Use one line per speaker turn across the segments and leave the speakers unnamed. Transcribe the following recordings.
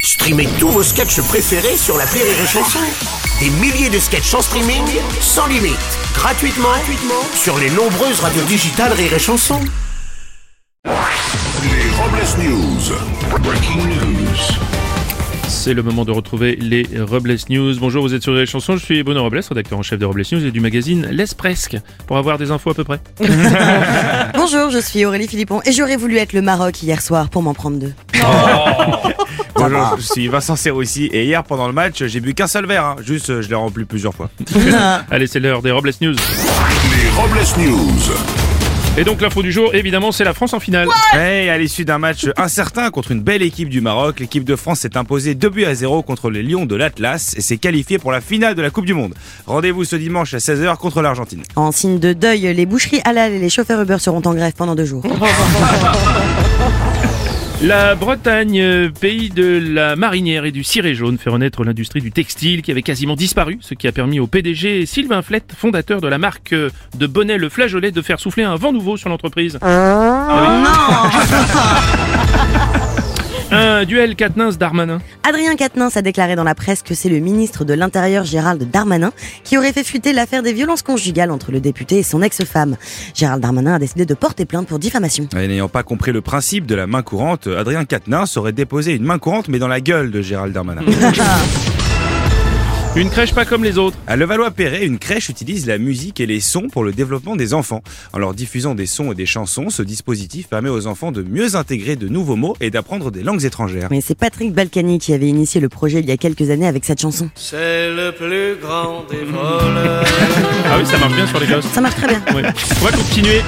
Streamez tous vos sketchs préférés sur la Rire et Chanson. Des milliers de sketchs en streaming, sans limite, gratuitement, gratuitement sur les nombreuses radios digitales Rire et Chanson.
Les Robles News. Breaking news.
C'est le moment de retrouver les Robles News. Bonjour, vous êtes sur les chansons. Je suis Bruno Robles, rédacteur en chef de Robles News et du magazine Laisse Presque, pour avoir des infos à peu près.
Bonjour, je suis Aurélie Philippon et j'aurais voulu être le Maroc hier soir pour m'en prendre deux.
Bonjour, je suis Vincent Serroussi et hier pendant le match, j'ai bu qu'un seul verre, hein. juste euh, je l'ai rempli plusieurs fois.
Allez, c'est l'heure des Robles News.
Les Robles News.
Et donc l'info du jour, évidemment, c'est la France en finale.
Ouais, à l'issue d'un match incertain contre une belle équipe du Maroc, l'équipe de France s'est imposée 2 buts à 0 contre les Lions de l'Atlas et s'est qualifiée pour la finale de la Coupe du Monde. Rendez-vous ce dimanche à 16h contre l'Argentine.
En signe de deuil, les boucheries halal et les chauffeurs Uber seront en grève pendant deux jours.
La Bretagne, euh, pays de la marinière et du ciré jaune, fait renaître l'industrie du textile qui avait quasiment disparu, ce qui a permis au PDG Sylvain Flette, fondateur de la marque euh, de bonnet Le Flageolet, de faire souffler un vent nouveau sur l'entreprise. Ah Un duel Quatennens-Darmanin.
Adrien Quatennens a déclaré dans la presse que c'est le ministre de l'Intérieur Gérald Darmanin qui aurait fait fuiter l'affaire des violences conjugales entre le député et son ex-femme. Gérald Darmanin a décidé de porter plainte pour diffamation.
Et n'ayant pas compris le principe de la main courante, Adrien Quatennens aurait déposé une main courante mais dans la gueule de Gérald Darmanin.
Une crèche pas comme les autres.
À Levallois-Perret, une crèche utilise la musique et les sons pour le développement des enfants. En leur diffusant des sons et des chansons, ce dispositif permet aux enfants de mieux intégrer de nouveaux mots et d'apprendre des langues étrangères.
Mais c'est Patrick Balkany qui avait initié le projet il y a quelques années avec cette chanson.
C'est le plus grand des voleurs.
Ah oui, ça marche bien sur les gosses.
Ça marche très bien.
Ouais. On va continuer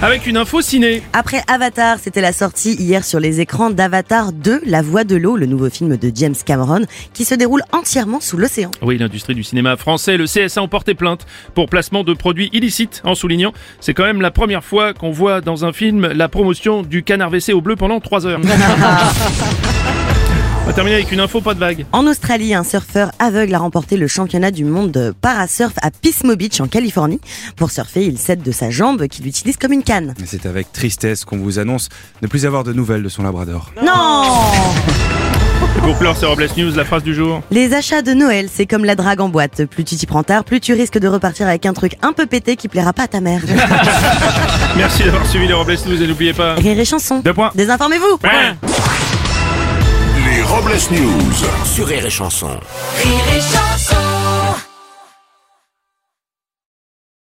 avec une info ciné.
Après Avatar, c'était la sortie hier sur les écrans d'Avatar 2, La Voix de l'eau, le nouveau film de James Cameron, qui se déroule entièrement sous l'océan.
Oui, l'industrie du cinéma français, le CSA ont porté plainte pour placement de produits illicites, en soulignant, c'est quand même la première fois qu'on voit dans un film la promotion du canard WC au bleu pendant 3 heures. On va terminer avec une info pas de vague.
En Australie, un surfeur aveugle a remporté le championnat du monde de parasurf à Pismo Beach en Californie. Pour surfer, il cède de sa jambe qu'il utilise comme une canne.
Et C'est avec tristesse qu'on vous annonce ne plus avoir de nouvelles de son labrador.
Non
Et pour clore c'est Robles News, la phrase du jour.
Les achats de Noël, c'est comme la drague en boîte. Plus tu t'y prends tard, plus tu risques de repartir avec un truc un peu pété qui plaira pas à ta mère.
Merci d'avoir suivi les Robles News et n'oubliez pas.
Rire et chanson.
Deux points.
Désinformez-vous
Les Robles News.
Sur Rire et Chanson.
Rire et chanson.